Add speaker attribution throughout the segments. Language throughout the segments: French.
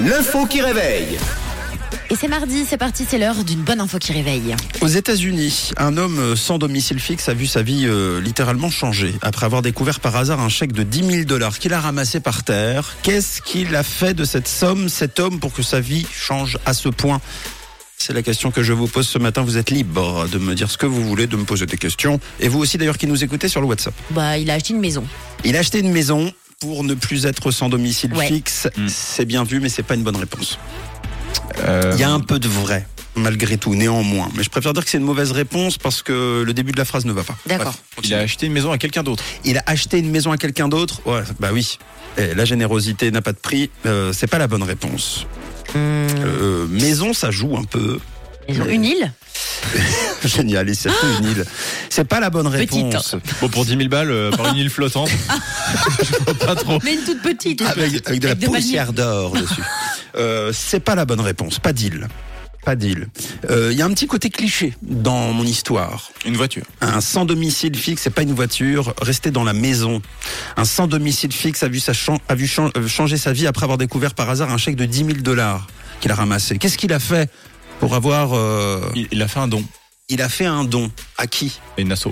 Speaker 1: L'info qui réveille.
Speaker 2: Et c'est mardi, c'est parti, c'est l'heure d'une bonne info qui réveille.
Speaker 3: Aux États-Unis, un homme sans domicile fixe a vu sa vie euh, littéralement changer après avoir découvert par hasard un chèque de 10 000 dollars qu'il a ramassé par terre. Qu'est-ce qu'il a fait de cette somme, cet homme, pour que sa vie change à ce point c'est la question que je vous pose ce matin. Vous êtes libre de me dire ce que vous voulez, de me poser des questions. Et vous aussi d'ailleurs qui nous écoutez sur le WhatsApp.
Speaker 2: Bah, il a acheté une maison.
Speaker 3: Il a acheté une maison pour ne plus être sans domicile
Speaker 2: Ouais.
Speaker 3: fixe. C'est bien vu, mais c'est pas une bonne réponse.
Speaker 4: Euh,
Speaker 3: Il y a un peu de vrai, malgré tout, néanmoins. Mais je préfère dire que c'est une mauvaise réponse parce que le début de la phrase ne va pas.
Speaker 2: D'accord.
Speaker 3: Bref,
Speaker 4: Il
Speaker 3: continue.
Speaker 4: a acheté une maison à quelqu'un d'autre.
Speaker 3: Il a acheté une maison à quelqu'un d'autre. Ouais, bah oui. Eh, la générosité n'a pas de prix. Euh, c'est pas la bonne réponse.
Speaker 2: Hmm.
Speaker 3: Euh, maison, ça joue un peu.
Speaker 2: Maison. Une île
Speaker 3: Génial, et surtout une île. C'est pas la bonne
Speaker 2: Petite.
Speaker 3: réponse.
Speaker 4: Bon, pour 10 000 balles, euh, par une île flottante. je vois pas trop.
Speaker 2: Mais une toute petite.
Speaker 3: Oh. Ah, Avec, avec de la
Speaker 2: Avec deux
Speaker 3: poussière d'or dessus. Euh, c'est pas la bonne réponse. Pas d'île. Pas d'île. Euh, Il y a un petit côté cliché dans mon histoire.
Speaker 4: Une voiture.
Speaker 3: Un sans domicile fixe, c'est pas une voiture, rester dans la maison. Un sans domicile fixe a vu, sa chan- a vu chan- euh, changer sa vie après avoir découvert par hasard un chèque de 10 000 dollars qu'il a ramassé. Qu'est-ce qu'il a fait pour avoir... euh,
Speaker 4: Il, il a fait un don.
Speaker 3: Il a fait un don. À qui
Speaker 4: Et une asso.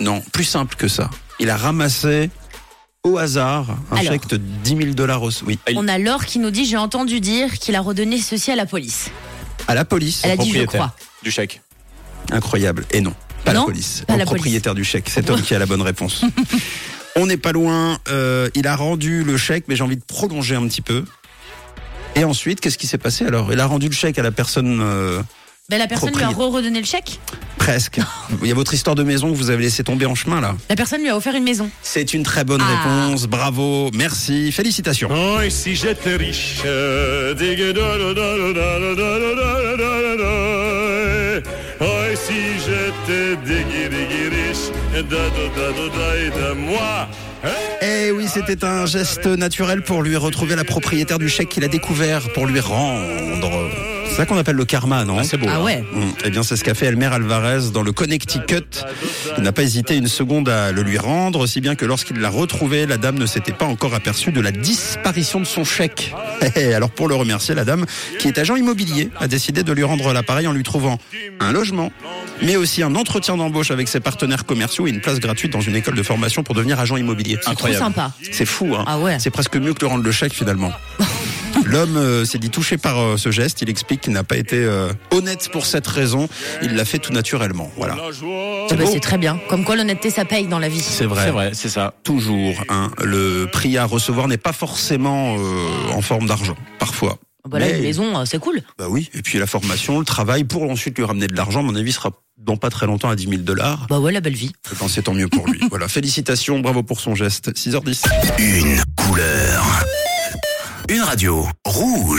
Speaker 3: Non, plus simple que ça. Il a ramassé au hasard un
Speaker 2: Alors.
Speaker 3: chèque de 10 000 dollars. Oui,
Speaker 2: On a Laure qui nous dit J'ai entendu dire qu'il a redonné ceci à la police.
Speaker 3: à la police.
Speaker 2: Elle a dit Je
Speaker 4: propriétaire.
Speaker 2: crois.
Speaker 4: Du chèque.
Speaker 3: Incroyable. Et non, pas
Speaker 2: Non,
Speaker 3: la police.
Speaker 2: pas
Speaker 3: au
Speaker 2: la police.
Speaker 3: propriétaire du chèque, cet homme qui a la bonne réponse. On n'est pas loin. euh, il a rendu le chèque, mais j'ai envie de prolonger un petit peu. Et ensuite, qu'est-ce qui s'est passé alors Il a rendu le chèque à la personne euh,
Speaker 2: Ben, la personne lui a
Speaker 3: Propriétaire.
Speaker 2: redonné le chèque
Speaker 3: presque. Il y a votre histoire de maison que vous avez laissé tomber en chemin là.
Speaker 2: La personne lui a offert une maison.
Speaker 3: C'est une très bonne
Speaker 2: Ah.
Speaker 3: réponse. Bravo, merci, félicitations.
Speaker 5: Oh, et si j'étais riche, euh, digue, da, da, da, da, da, da, da, da, da, da, da, oh, et si j'étais digue, digue, riche, da, da, da, da, da, et de moi. hein,
Speaker 3: Eh oui, c'était un geste naturel pour lui retrouver la propriétaire du chèque qu'il a découvert, pour lui rendre. C'est ça qu'on appelle le karma, non
Speaker 4: C'est beau.
Speaker 2: Ah
Speaker 4: hein.
Speaker 2: ouais
Speaker 3: Mmh. Eh bien, c'est ce qu'a fait Elmer Alvarez dans le Connecticut. Il n'a pas hésité une seconde à le lui rendre, aussi bien que lorsqu'il l'a retrouvé, la dame ne s'était pas encore aperçue de la disparition de son chèque. Eh, Alors, pour le remercier, la dame, qui est agent immobilier, a décidé de lui rendre l'appareil en lui trouvant un logement, mais aussi un entretien d'embauche avec ses partenaires commerciaux et une place gratuite dans une école de formation pour devenir agent immobilier.
Speaker 2: Trop sympa.
Speaker 3: C'est fou, hein.
Speaker 2: Ah ouais.
Speaker 3: C'est presque mieux que de rendre le chèque finalement. L'homme euh, s'est dit touché par euh, ce geste. Il explique qu'il n'a pas été euh, honnête pour cette raison. Il l'a fait tout naturellement. Voilà.
Speaker 5: La joie.
Speaker 2: Ah ben,
Speaker 3: beau.
Speaker 2: C'est très bien. Comme quoi l'honnêteté, ça paye dans la vie.
Speaker 4: C'est vrai, c'est ça.
Speaker 3: Toujours, hein, le prix à recevoir n'est pas forcément euh, en forme d'argent. Parfois.
Speaker 2: Voilà,
Speaker 3: Mais-
Speaker 2: une maison, euh, c'est cool.
Speaker 3: Bah oui. Et puis la formation, le travail pour ensuite lui ramener de l'argent. à Mon avis sera dans pas très longtemps à 10 000 dollars.
Speaker 2: Bah ouais, la belle vie.
Speaker 3: C'est tant mieux pour lui. voilà. Félicitations. Bravo pour son geste. 6h10.
Speaker 1: Une couleur. Une radio. Rouge.